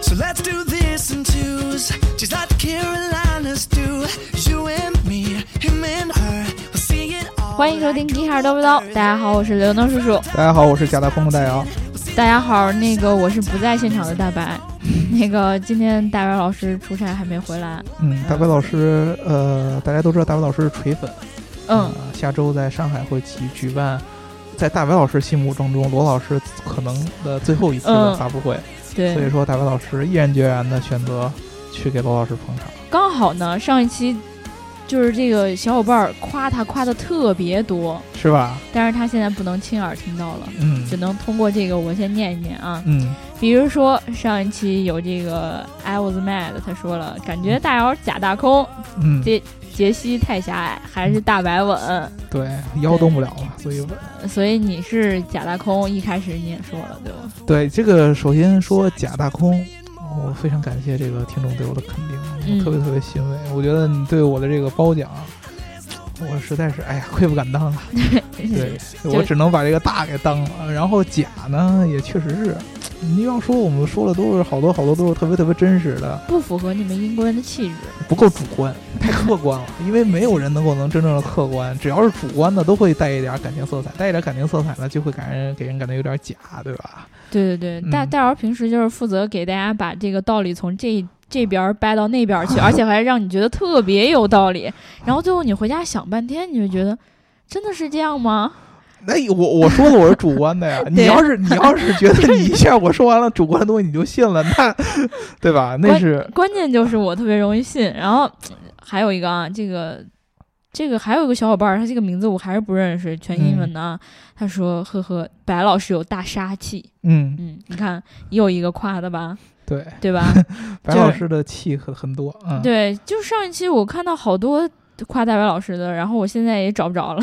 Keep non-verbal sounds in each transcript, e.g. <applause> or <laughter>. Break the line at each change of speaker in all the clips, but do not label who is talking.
So let's do this in twos, just like the Carolinas do. You and me, him and her, we'll sing it all.
欢迎收听《一哈叨不叨》，大家好，我是刘能叔叔。
大家好，我是假大空空大姚。
大家好，那个我是不在现场的大白。 <laughs> 那个今天大白老师出差还没回来，
嗯，大白老师，呃，大家都知道大白老师是锤粉，
嗯，
呃下周在上海会举举办，在大白老师心目当中，罗老师可能的最后一次的
嗯
发布会，所以
对，
说大白老师毅然决然的选择去给罗老师捧场。
刚好呢，上一期就是这个小伙伴儿夸他夸的特别多，
是吧？
但是他现在不能亲耳听到了。
嗯
只能通过这个，我先念一念啊。
嗯
比如说上一期有这个 I was mad，他说了，感觉大姚假大空，
嗯，
杰杰西太狭隘，还是大白稳。
对，腰动不了了，所以稳。
所以你是假大空，一开始你也说了，对吧？
对这个，首先说假大空，我非常感谢这个听众对我的肯定，
嗯
我特别特别欣慰。我觉得你对我的这个褒奖，我实在是哎呀愧不敢当啊。对，我只能把这个大给当了。然后假呢，也确实是，你要说我们说的都是好多好多都是特别特别真实的，
不符合你们英国人的气质。
不够主观，太客观了。因为没有人能够能真正的客观，只要是主观的都会带一点感情色彩，带一点感情色彩呢，就会给人给人感觉有点假，对吧？
对对对，大
嗯
大姚平时就是负责给大家把这个道理从这这边儿掰到那边儿去，而且还让你觉得特别有道理。然后最后你回家想半天，你就觉得真的是这样吗？
那我我说的我是主观的呀，你要是你要是觉得你一下我说完了主观的东西你就信了，那对 <laughs> 吧？那是
关键就是我特别容易信。然后嗯还有一个啊，这个这个还有一个小伙伴儿，他这个名字我还是不认识，全英文
嗯
的啊。他说：“呵呵，白老师有大杀气。”
嗯
嗯，你看又一个夸的吧，
对，
对吧？
白老师的气很很多，嗯，
对，就上一期我看到好多夸大白老师的，然后我现在也找不着了，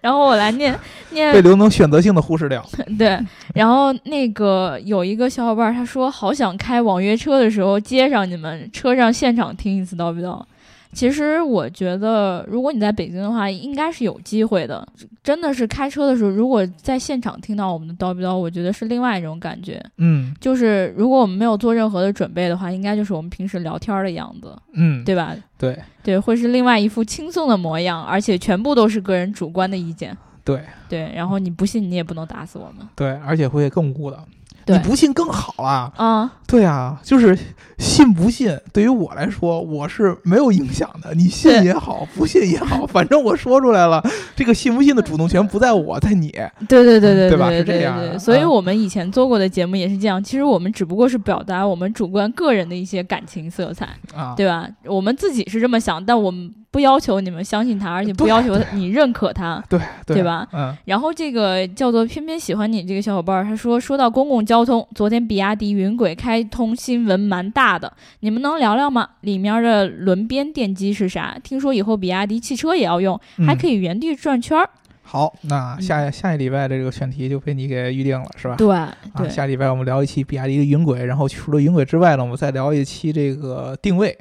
然后我来念念
被刘能选择性的忽视掉，
对，然后那个有一个小伙伴儿他说好想开网约车的时候接上你们，车上现场听一次叨逼叨。其实我觉得，如果你在北京的话，应该是有机会的。真的是开车的时候，如果在现场听到我们的叨逼叨，我觉得是另外一种感觉。
嗯
就是如果我们没有做任何的准备的话，应该就是我们平时聊天儿的样子，
嗯，
对吧？
对
对，会是另外一副轻松的模样，而且全部都是个人主观的意见。
对
对，然后你不信，你也不能打死我们。
对，而且会更污的，
对
你不信更好啊，
啊、
对啊，就是信不信对于我来说我是没有影响的，你信
对
也好，不信也好，反正我说出来了，这个信不信的主动权不在我，在你，
对对对对
嗯对吧
对
是这
对
样
对
的
所以
啊
我们以前做过的节目也是这样。其实我们只不过是表达我们主观个人的一些感情色彩，
啊，
对吧？我们自己是这么想，但我们不要求你们相信他，而且不
对
要求
对
你认可他。
对
对吧
嗯。
然后这个叫做偏偏喜欢你这个小伙伴儿，他说说到公共交通，昨天比亚迪云轨开通新闻蛮大的，你们能聊聊吗？里面的轮边电机是啥？听说以后比亚迪汽车也要用，还可
以。
以原地转圈儿。
嗯好，那下下一礼拜的这个选题就被你给预定了，是吧？
对
啊，下礼拜我们聊一期比亚迪的云轨，然后除了云轨之外呢，我们再聊一期这个定位，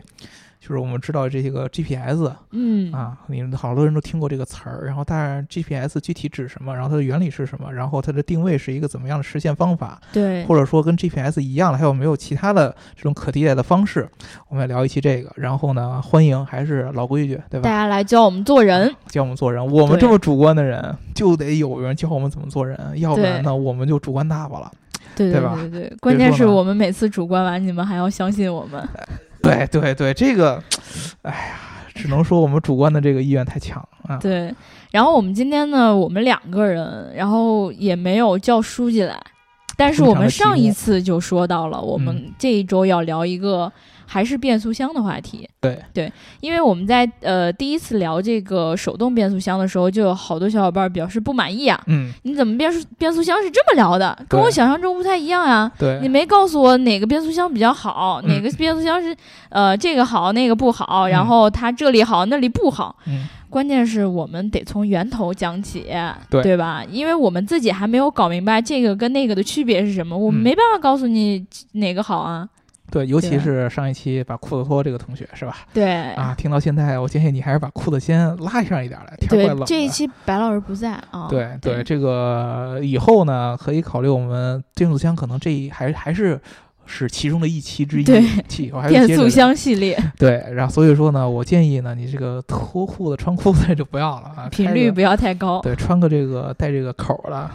就是我们知道这个 GPS
嗯，
啊，你们好多人都听过这个词儿，然后但是 GPS 具体指什么，然后它的原理是什么，然后它的定位是一个怎么样的实现方法，
对，
或者说跟 GPS 一样的还有没有其他的这种可替代的方式，我们来聊一期这个。然后呢，欢迎还是啊老规矩，对吧
大？家来教我们做人。
教我们做人。我们
对
这么主观的人，就得有人教我们怎么做人，要不然呢，我们就主观大发了。
对
对吧
对对对，关键
说
是
呢
我们每次主观完，你们还要相信我
<laughs>
们。
对对对，这个，哎呀，只能说我们主观的这个意愿太强啊。 <laughs>
对，然后我们今天呢，我们两个人，然后也没有叫书记来，但是
非
我
常
们
的嗯
上
寂
一
寞
次就说到了，我们这一周要聊一个还是变速箱的话题。
对
对，因为我们在呃第一次聊这个手动变速箱的时候，就有好多小伙伴表示不满意啊，
嗯，
你怎么变速变速箱是这么聊的，跟我
对
想象中不太一样啊。你
对，
没告诉我哪个变速箱比较好，哪
嗯
个变速箱是呃这个好那个不好，然
嗯
后它这里好那里不好，
嗯，
关键是我们得从源头讲起，
对
吧？因为我们自己还没有搞明白这个跟那个的区别是什么，我们
嗯
没办法告诉你哪个好啊。
对，尤
对
其是上一期把裤子脱这个同学是吧？
对
<laughs> 啊，听到现在，我建议你还是把裤子先拉上一点来，天儿怪冷
对
了。，
这一期白老师不在啊。
对
对
对，这个以后呢，可以考虑我们变速箱可能这一还还是是其中的一期之一
对，
气我还有
变
接
速
着
箱系
<laughs>
列
对，然后所以说呢，我建议呢，你这个脱裤子穿裤子就不要了啊，
频
开
率
个
不要太高，
对，穿个这个带这个口儿的，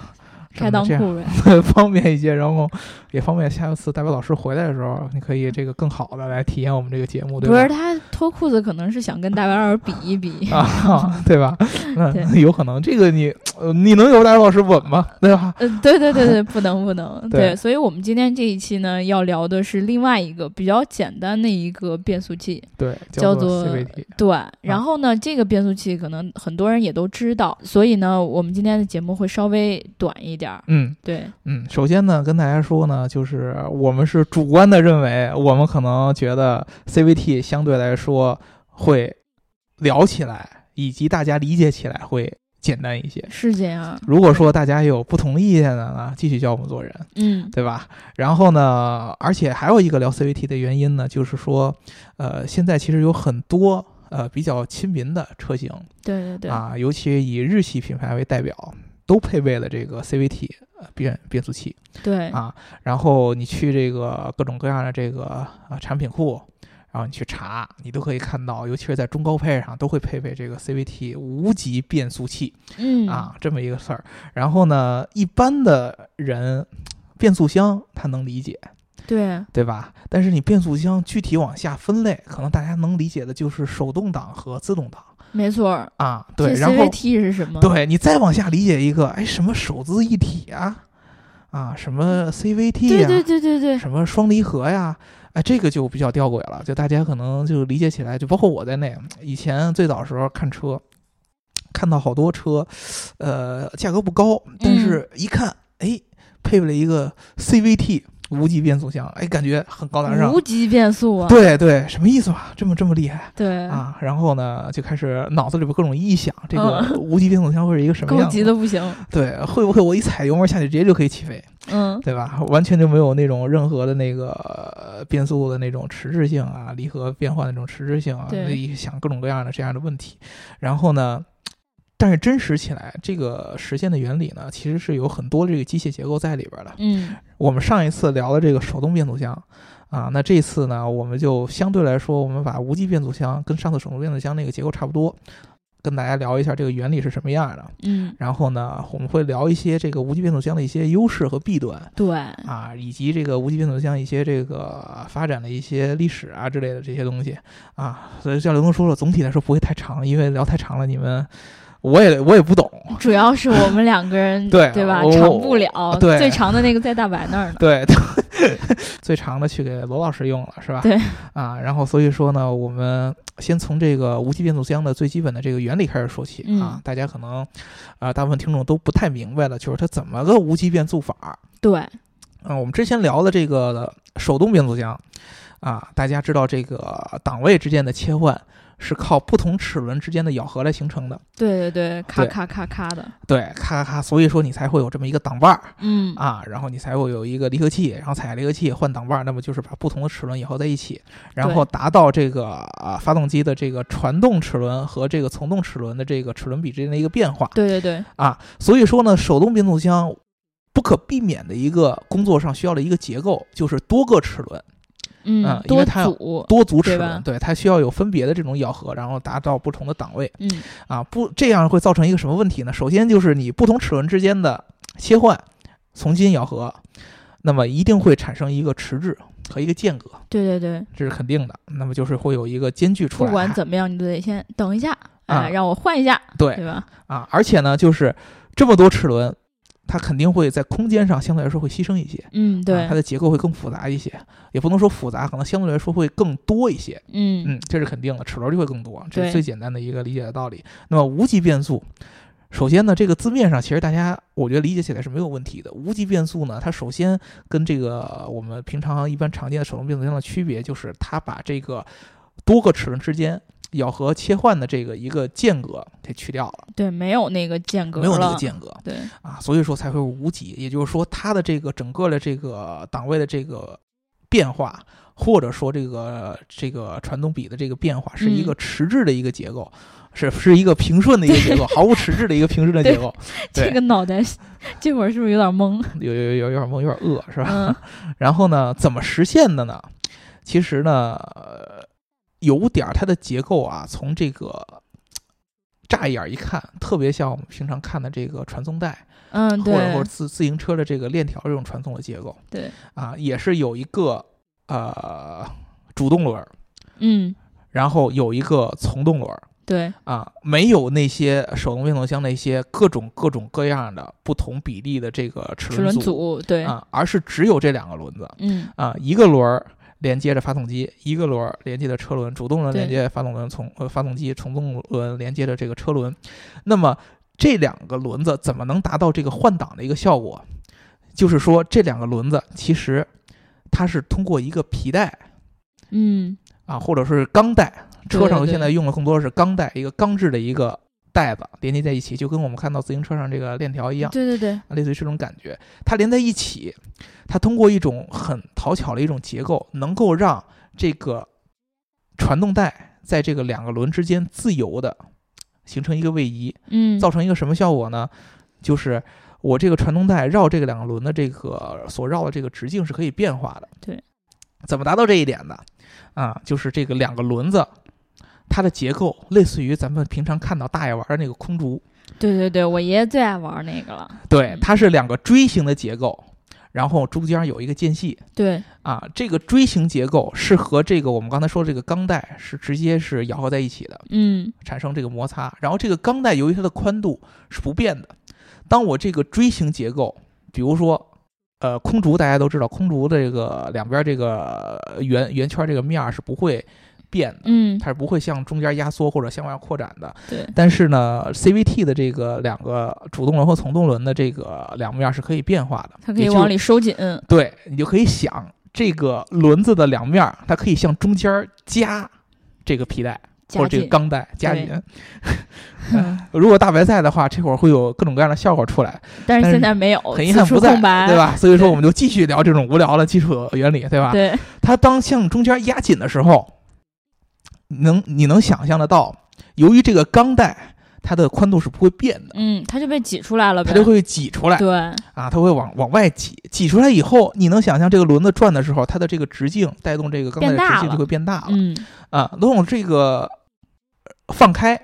开裆
这样
裤呗。
<laughs> 方便一些，然后也方便下一次代表老师回来的时候，你可以这个更好的来体验我们这个节目，对
不是
吧？
他脱裤子，可能是想跟大白老师比一比。
啊，对吧？那
对
有可能这个你呃你能有代表老师稳吗？对吧？
<laughs> 呃，对对对对，不能不能，
对
所以我们今天这一期呢，要聊的是另外一个比较简单的一个变速器，
对，
叫
做
做
CVT。
对。
嗯
然后呢，这个变速器可能很多人也都知道，所以呢，我们今天的节目会稍微短一点儿，
嗯
对
嗯，首先呢，跟大家说呢，就是我们是主观的认为，我们可能觉得 CVT 相对来说会聊起来，以及大家理解起来会简单一些。
是这样，
如果说大家有不同的意见的呢，继续教我们做人。
嗯，
对吧？然后呢，而且还有一个聊 CVT 的原因呢，就是说，呃，现在其实有很多呃比较亲民的车型
对对对，
啊，尤其以日系品牌为代表，都配备了这个 CVT 呃变变速器
对，
啊。然后你去这个各种各样的这个啊产品库。然后你去查，你都可以看到，尤其是在中高配上，都会配备这个 CVT 无级变速器。
嗯
啊，这么一个事儿。然后呢，一般的人变速箱他能理解，
对
对吧？但是你变速箱具体往下分类，可能大家能理解的就是手动挡和自动挡
没错儿。
啊。对，
这
然后
CVT 是什么？
对你再往下理解一个，哎，什么手自一体啊，啊，什么 CVT
对
呀、
对对对对，
什么双离合呀。哎，这个就比较吊诡了，就大家可能就理解起来，就包括我在内，以前最早时候看车，看到好多车，呃，价格不高，但是
嗯
一看，哎，配备了一个 CVT 无级变速箱，哎，感觉很高大上
无。级变速啊，
对对，什么意思吧？这么这么厉害
对，
啊！然后呢，就开始脑子里边各种臆想，这
嗯
个无级变速箱会是一个什么
够
样
急
子？
的不行，
对，会不会我一踩油门下去直接就可以起飞？ <laughs>
嗯，
对吧？完全就没有那种任何的那个呃变速的那种迟滞性啊，离合变换的那种迟滞性啊，
对
那一想各种各样的这样的问题。然后呢，但是真实起来，这个实现的原理呢，其实是有很多这个机械结构在里边的。
嗯，
我们上一次聊的这个手动变速箱啊，那这次呢，我们就相对来说，我们把无级变速箱跟上次手动变速箱那个结构差不多，跟大家聊一下这个原理是什么样的。
嗯，
然后呢，我们会聊一些这个无级变速箱的一些优势和弊端。
对，
啊，以及这个无级变速箱一些这个发展的一些历史啊之类的这些东西啊，所以像刘东说了，总体来说不会太长，因为聊太长了，你们我也我也不懂。
主要是我们两个人
<laughs> 对
吧？
我
长不了，
对
最长的那个在大白那儿呢。
<laughs>
<laughs>
对，最长的去给罗老师用了是吧？
对
啊，然后所以说呢，我们先从这个无级变速箱的最基本的这个原理开始说起啊
嗯，
大家可能啊、大部分听众都不太明白了，就是它怎么个无级变速法儿。
对，
嗯，我们之前聊的这个手动变速箱啊，大家知道这个档位之间的切换是靠不同齿轮之间的咬合来形成的。
对对对，咔
对
咔咔咔的，
对，咔咔咔，所以说你才会有这么一个挡把儿
嗯，
啊，然后你才会有一个离合器，然后踩离合器换挡把儿，那么就是把不同的齿轮咬合在一起，然后达到这个、啊、发动机的这个传动齿轮和这个从动齿轮的这个齿轮比之间的一个变化
对对对，
啊。所以说呢，手动变速箱不可避免的一个工作上需要的一个结构就是多个齿轮。嗯
嗯，
因
多
为它有
组，
多足齿
对吧
轮，对它需要有分别的这种咬合，然后达到不同的档位
嗯，
啊，不这样会造成一个什么问题呢？首先就是你不同齿轮之间的切换，重新咬合，那么一定会产生一个迟滞和一个间隔，
对对对，
这是肯定的。那么就是会有一个间距出
不
来，
管怎么样，你都得先等一下，
啊
哎，让我换一下，对
对
吧？
啊，而且呢，就是这么多齿轮，它肯定会在空间上相对来说会牺牲一些。
嗯，
啊
对
它，的结构会更复杂一些，也不能说复杂，可能相对来说会更多一些。
嗯，
嗯，这是肯定的，齿轮就会更多，这是
对
最简单的一个理解的道理。那么无级变速，首先呢，这个字面上其实大家我觉得理解起来是没有问题的。无级变速呢，它首先跟这个我们平常一般常见的手动变速箱的区别，就是它把这个多个齿轮之间咬合切换的这个一个间隔给去掉了，
对，没有那个间隔
没有那个
了，
间隔
对，
啊，所以说才会无级。也就是说，它的这个整个的这个档位的这个变化，或者说这个这个传动比的这个变化是一个迟滞的一个结构，是是一个平顺的一个结构，毫无迟滞的一个平顺的结构。对
这个脑袋这会儿是不是有点懵？
有有有有点懵，有点饿，是吧？
嗯
然后呢，怎么实现的呢？其实呢，呃有点儿它的结构啊，从这个乍一眼儿一看，特别像我们平常看的这个传送带， <laughs>
嗯，
或者或者
对
自自行车的这个链条这种传送的结构
对，
啊，也是有一个呃主动轮儿，
嗯
然后有一个从动轮儿
对，
啊，没有那些手动变速箱那些各种各种各样的不同比例的这个齿
齿轮
轮
组对，
啊，而是只有这两个轮子。
嗯
啊，一个轮儿连接着发动机，一个轮儿连接着车轮，主动轮
对
连接发动轮从呃发动机，从动轮连接着这个车轮。那么这两个轮子怎么能达到这个换挡的一个效果？就是说这两个轮子其实它是通过一个皮带
嗯
啊，或者是钢带，车
对
上
对
现在用的更多的是钢带，一个钢制的一个带子连接在一起，就跟我们看到自行车上这个链条一样。
对对对，
啊类似于这种感觉，它连在一起，它通过一种很讨巧的一种结构，能够让这个传动带在这个两个轮之间自由的形成一个位移，
嗯
造成一个什么效果呢？就是我这个传动带绕这个两个轮的这个所绕的这个直径是可以变化的。
对，
怎么达到这一点的？啊，就是这个两个轮子。它的结构类似于咱们平常看到大爷玩的那个空竹，
对对对，我爷爷最爱玩那个
<laughs>
了，
对
嗯，
它是两个锥形的结构，然后中间有一个间隙
对
啊。这个锥形结构是和这个我们刚才说的这个钢带是直接是咬合在一起的，
嗯
产生这个摩擦。然后这个钢带由于它的宽度是不变的，当我这个锥形结构，比如说。呃，空竹大家都知道，空竹的这个两边这个呃圆圆圈这个面儿是不会变的，
嗯
它是不会向中间压缩或者向外扩展的。
对，
但是呢，CVT 的这个两个主动轮和从动轮的这个两面是可以变化的，
它可以
也就
往里收紧，
对你就可以想这个轮子的两面儿，它可以向中间儿夹这个皮带
加
或者这个
紧，嗯
钢带夹
对
紧。如果大白菜的话，这会儿会有各种各样的效果出来，
但是
但
现
是
在没有，
很遗
哦此
憾
处
不在
空，白，
对？吧？所以说
对
我们就继续聊这种无聊的基础原理，对吧？
对，
它当向中间压紧的时候，能你能想象得到，由于这个钢带它的宽度是不会变的，
嗯，它就被挤出来了呗，
它就会挤出来
对，嗯
啊，它会往往外挤，挤出来以后，你能想象这个轮子转的时候，它的这个直径带动这个钢带
变
的
大
直径
了
就会变大了
嗯
啊，等我这个呃放开。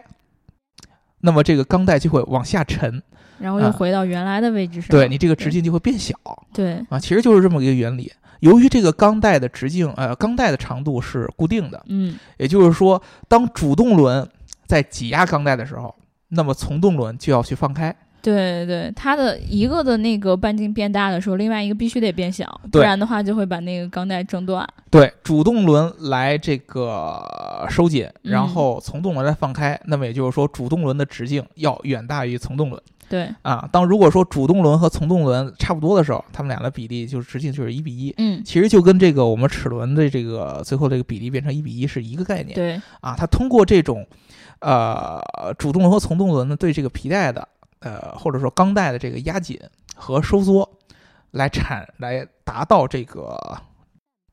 那么这个钢带就会往下沉，
然后又
啊
回到原来的位置上，
对你这个直径就会变小
对，
啊，其实就是这么一个原理。由于这个钢带的直径，呃，钢带的长度是固定的，
嗯
也就是说，当主动轮在挤压钢带的时候，那么从动轮就要去放开。
对对对，它的一个的那个半径变大的时候，另外一个必须得变小，不
对
然的话就会把那个钢带挣断，
对，主动轮来这个呃收紧，
嗯
然后从动轮来放开。那么也就是说，主动轮的直径要远大于从动轮
对，
啊。当如果说主动轮和从动轮差不多的时候，它们俩的比例就是直径就是一比一。
嗯，
其实就跟这个我们齿轮的这个最后这个比例变成一比一是一个概念。
对，
啊，它通过这种呃主动轮和从动轮呢对这个皮带的呃或者说钢带的这个压紧和收缩，来产来达到这个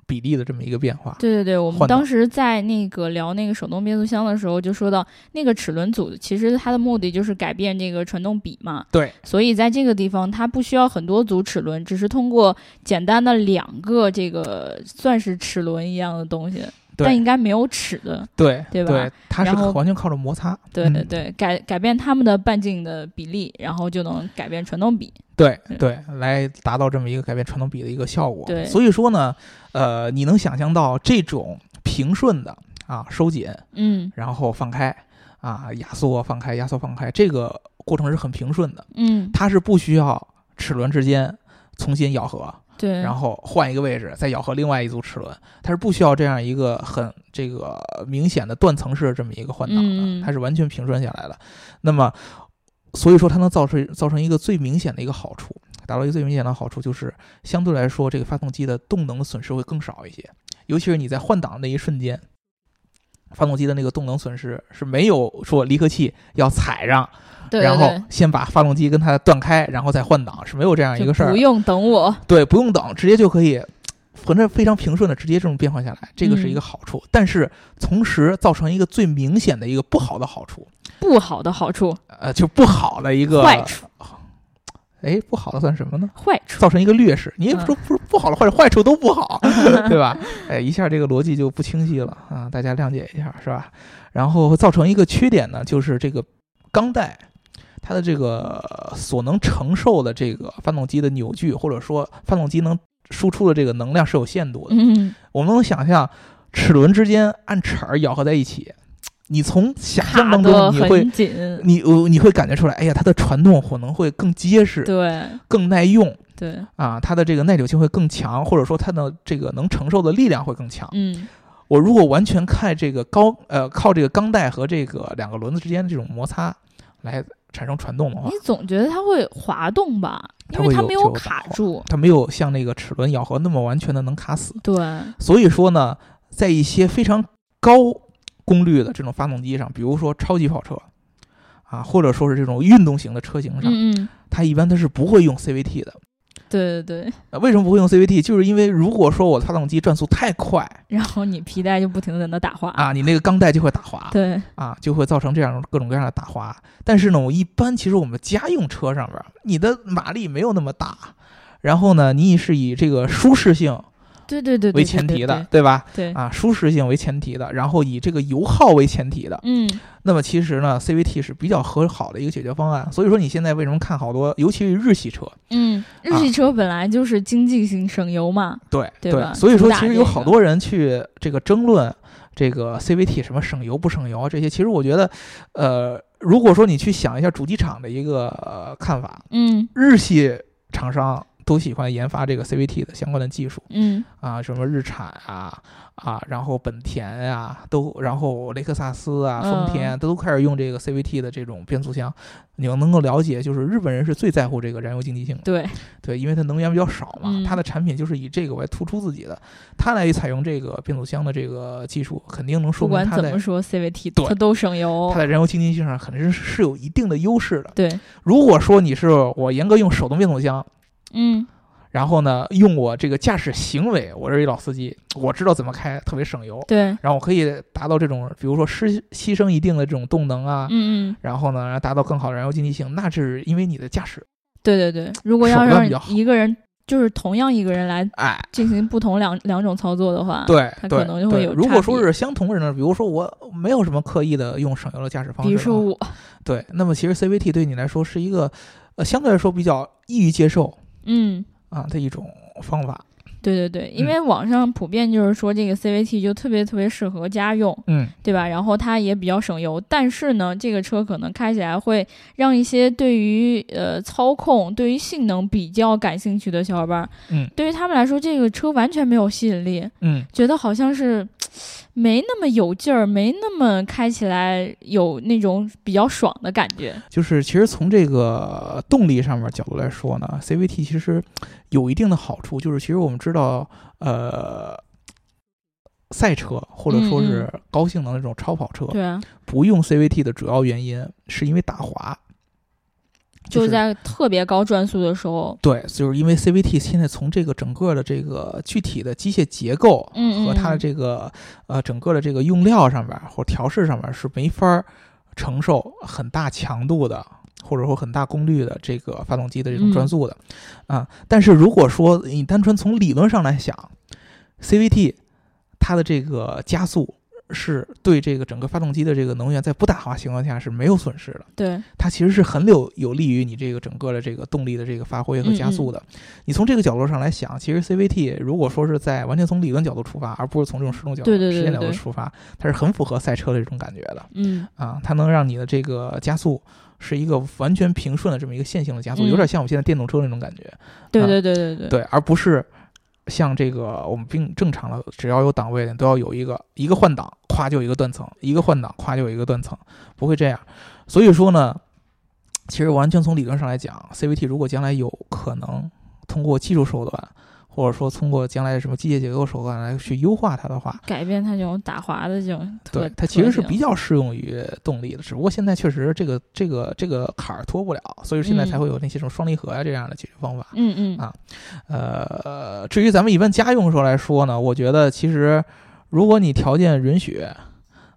比例的这么一个变化。
对对对，我们
换挡
当时在那个聊那个手动变速箱的时候，就说到那个齿轮组，其实它的目的就是改变这个传动比嘛。
对，
所以在这个地方，它不需要很多组齿轮，只是通过简单的两个这个算是齿轮一样的东西，
对
但应该没有齿的。
对
对吧
它是
然后
完全靠着摩擦。
对
嗯
对对，改改变它们的半径的比例，然后就能改变传动比。
对
对
对，来达到这么一个改变传动比的一个效果。
嗯对
所以说呢，呃，你能想象到这种平顺的啊收紧，
嗯
然后放开啊压缩放开压缩放开，这个过程是很平顺的。
嗯，
它是不需要齿轮之间重新咬合，
对，
然后换一个位置再咬合另外一组齿轮，它是不需要这样一个很这个呃明显的断层式的这么一个换挡
嗯嗯
的，它是完全平顺下来的。那么，所以说它能造成造成一个最明显的一个好处，达到一个最明显的好处就是相对来说这个发动机的动能的损失会更少一些，尤其是你在换挡的那一瞬间。发动机的那个动能损失是没有说离合器要踩上，
对对对
然后先把发动机跟它断开，然后再换挡，是没有这样一个事
就
儿
不。用等我。
对，不用等，直接就可以横着非常平顺的直接这种变换下来，这个是一个好处。
嗯
但是同时造成一个最明显的一个不好的好处，
不好的好处，
呃，就不好的一个
坏处，
<laughs> 哎，不好的算什么呢？
坏处，嗯
造成一个劣势，你也不说不是不好的坏处，坏处都不好，
<laughs>
对吧？哎，一下这个逻辑就不清晰了啊，大家谅解一下，是吧？然后造成一个缺点呢，就是这个钢带它的这个所能承受的这个发动机的扭矩，或者说发动机能输出的这个能量是有限度的。
嗯，
我们能想象齿轮之间按齿儿咬合在一起，你从想象
卡
当中
的
你会
很紧，
你呃你会感觉出来，哎呀，它的传动可能会更结实、
对
更耐用
对，
啊，它的这个耐久性会更强，或者说它的这个能承受的力量会更强。
嗯
我如果完全看这个高呃靠这个钢带和这个两个轮子之间的这种摩擦来产生传动的话
你，总觉得它会滑动吧，因
它
为
会
它
有
没
就有
卡
打滑
住。
它没有像那个齿轮咬合那么完全的能卡死。
对，
所以说呢，在一些非常高功率的这种发动机上，比如说超级跑车啊，或者说是这种运动型的车型上，
嗯嗯，
它一般它是不会用 CVT 的。
对对对。
呃为什么不会用 CVT？就是因为如果说我的发动机转速太快
然后你皮带就不停的在那打滑。
啊，你那个钢带就会打滑
对，
啊，就会造成这样各种各样的打滑。但是呢，我一般其实我们家用车上边儿，你的马力没有那么大，然后呢，你是以这个舒适性
对对对对，
为
对
前提的，，对吧？
对对，对
啊，舒适性为前提的，然后以这个油耗为前提的。
嗯，
那么其实呢，CVT 是比较和好的一个解决方案。所以说你现在为什么看好多，尤其是日系车，
嗯，日
啊
系车本来就是经济性省油嘛，
对
对吧
所以
主
说
打
其实
这个
有好多人去这个争论这个 CVT 什么省油不省油啊这些，其实我觉得，呃，如果说你去想一下主机厂的一个、呃看法，
嗯
日系厂商都喜欢研发这个 CVT 的相关的技术。
嗯
啊，什么日产啊啊，然后本田啊，都然后雷克萨斯啊、丰田啊
嗯
都开始用这个 CVT 的这种变速箱。你要能够了解，就是日本人是最在乎这个燃油经济性的，
对，
对，因为它能源比较少嘛
嗯，
它的产品就是以这个为突出自己的。它来采用这个变速箱的这个技术，肯定能
不
说明
管
它
怎
在
么说 CVT
对
它都省油哦
它，在燃油经济性上肯定是是有一定的优势的。
对，
如果说你是我严格用手动变速箱，
嗯
然后呢，用我这个驾驶行为，我是一老司机，我知道怎么开，特别省油。
对，
然后我可以达到这种，比如说失牺牲一定的这种动能啊，
嗯嗯。
然后呢，达到更好的燃油经济性，那是因为你的驾驶，
对对对，如果
手
要
段
让
比较好
一个人就是同样一个人来
哎，
进行不同
<laughs>
两两种操作的话，
对
啊它
对
可能就会
对
有
如
差
果说
别
是相同人呢，比如说我没有什么刻意的用省油的驾驶方
比
式
如
啊的话，
说我，
对，那么其实 CVT 对你来说是一个，呃，相对来说比较易于接受
嗯，
啊的一种方法，
对对对，因
嗯
为网上普遍就是说这个 CVT 就特别特别适合家用，
嗯，
对吧？然后它也比较省油，但是呢，这个车可能开起来会让一些对于呃操控、对于性能比较感兴趣的小伙伴，
嗯，
对于他们来说，这个车完全没有吸引力，
嗯，
觉得好像是没那么有劲儿，没那么开起来有那种比较爽的感觉。
就是其实从这个动力上面角度来说呢，CVT 其实有一定的好处，就是其实我们知道，呃，赛车或者说是高性能的这种超跑车，
嗯对啊，
不用 CVT 的主要原因是因为打滑，
就是
是
在特别高转速的时候，
对，就是因为 CVT 现在从这个整个的这个具体的机械结构
嗯嗯
和它的这个呃整个的这个用料上面或调试上面是没法儿承受很大强度的。或者说很大功率的这个发动机的这种
嗯
转速的，啊，但是如果说你单纯从理论上来想，CVT 它的这个加速是对这个整个发动机的这个能源在不打滑情况下是没有损失的，
对，
它其实是很有有利于你这个整个的这个动力的这个发挥和加速
嗯
的。你从这个角度上来想，其实 CVT 如果说是在完全从理论角度出发，而不是从这种实动角度、
对对对
实践角
对
度
对
出发，它是很符合赛车的这种感觉的
嗯，
啊！它能让你的这个加速是一个完全平顺的这么一个线性的加速，
嗯
有点像我们现在电动车那种感觉，
对
啊
对对对对，
对，而不是。像这个，我们并正常的，只要有档位的，都要有一个一个换挡，咵就有一个断层，一个换挡，咵就有一个断层，不会这样。所以说呢，其实完全从理论上来讲，CVT 如果将来有可能通过技术手段，或者说通过将来什么机械结构手段来去优化它的话，
改变它这种打滑的这种特
对它其实是
特性
比较适用于动力的。只不过现在确实这个这个这个坎儿脱不了，所以现在
嗯
才会有那些什么双离合呀、这样的解决方法。
嗯嗯
啊呃，至于咱们一般家用时候来说呢，我觉得其实如果你条件允许，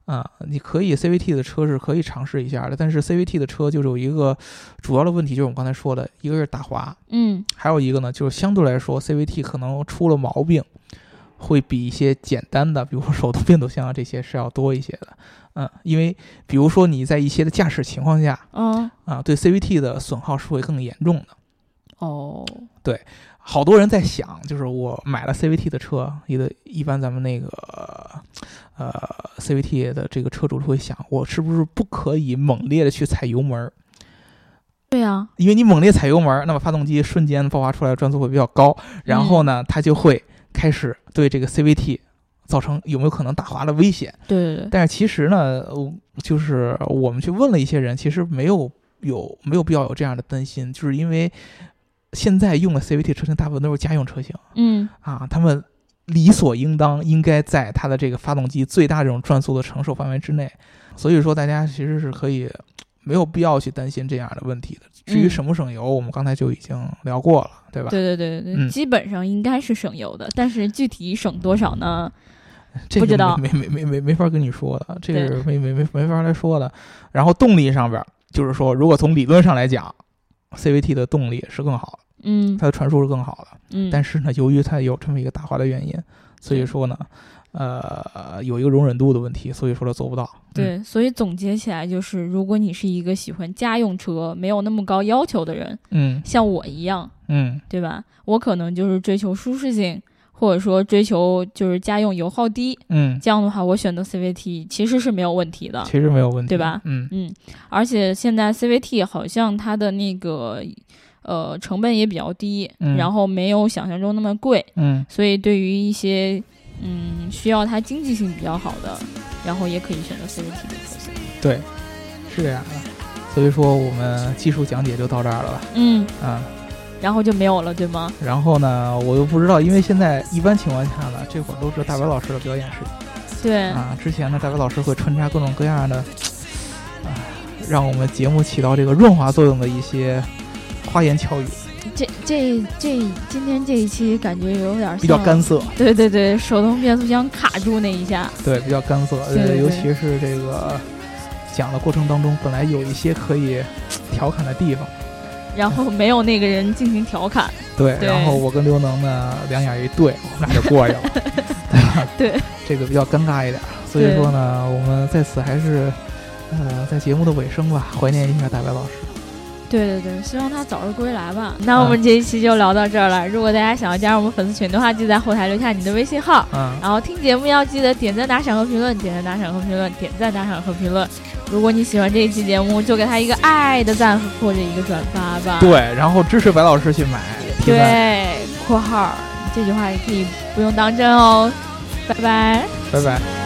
啊，你可以 CVT 的车是可以尝试一下的。但是 CVT 的车就是有一个主要的问题，就是我们刚才说的，一个是打滑，
嗯
还有一个呢就是相对来说 CVT 可能出了毛病，会比一些简单的，比如说手动变速箱啊这些是要多一些的。嗯，因为比如说你在一些的驾驶情况下
哦
啊，对 CVT 的损耗是会更严重的。
哦
好多人在想，就是我买了 CVT 的车，一个一般咱们那个呃 CVT 的这个车主会想，我是不是不可以猛烈的去踩油门儿？
对啊呀
因为你猛烈踩油门儿，那么发动机瞬间爆发出来的转速会比较高，然后呢，它就会开始对这个 CVT 造成有没有可能打滑的危险。
嗯对对对
但是其实呢，呃就是我们去问了一些人，其实没有有没有必要有这样的担心，就是因为现在用的 CVT 车型大部分都是家用车型。
嗯
啊，他们理所应当应该在它的这个发动机最大这种转速的承受范围之内，所以说大家其实是可以没有必要去担心这样的问题的。至于
嗯
省不省油，我们刚才就已经聊过了，对吧？
对对对对对，
嗯
基本上应该是省油的，但是具体省多少呢？
这
不
个
知道
没没没没没法跟你说的，这
对
个是没没没没法来说的。然后动力上边儿，就是说，如果从理论上来讲，CVT 的动力是更好的，
嗯
它的传输是更好的。
嗯，
但是呢，由于它有这么一个打滑的原因，所以说呢，呃，有一个容忍度的问题，所以说它做不到。嗯，
对，所以总结起来就是，如果你是一个喜欢家用车、没有那么高要求的人，
嗯
像我一样，
嗯
对吧？我可能就是追求舒适性，或者说追求就是家用油耗低，
嗯，
这样的话，我选择 CVT 其实是没有问题的。
其实没有问题，
对吧
嗯，
嗯，而且现在 CVT 好像它的那个呃成本也比较低，
嗯
然后没有想象中那么贵，
嗯
所以对于一些嗯需要它经济性比较好的，然后也可以选择 CVT 的车型。
对，是这样的。所以说我们技术讲解就到这儿了吧，
嗯，
啊，
然后就没有了，对吗？
然后呢，我又不知道，因为现在一般情况下呢，这会儿都是大白老师的表演时间
对，
啊，之前呢，大白老师会穿插各种各样的，啊，让我们节目起到这个润滑作用的一些花言巧语，
这这这今天这一期感觉有点
比较
像
干涩。
对对对，手动变速箱卡住那一下，
对，比较干涩，
对
呃，
对
尤其是这个讲的过程当中，本来有一些可以调侃的地方，
然后没有那个人进行调侃。
对，
对
然后我跟刘能呢两眼一对，我们俩就
<laughs>
过去了，对吧？
对，
这个比较尴尬一点，所以说呢，我们在此还是。呃，在节目的尾声吧，怀念一下大白老师。
对对对，希望他早日归来吧。那我们这一期就聊到这儿了。如果大家想要加入我们粉丝群的话，记得在后台留下你的微信号。
嗯，
然后听节目要记得点赞、打赏和评论，点赞、打赏和评论，点赞、打赏和评论。如果你喜欢这一期节目，就给他一个爱的赞或者一个转发吧。
对，然后支持白老师去买。听完，
对，括号这句话也可以不用当真哦。拜拜。
拜拜。
「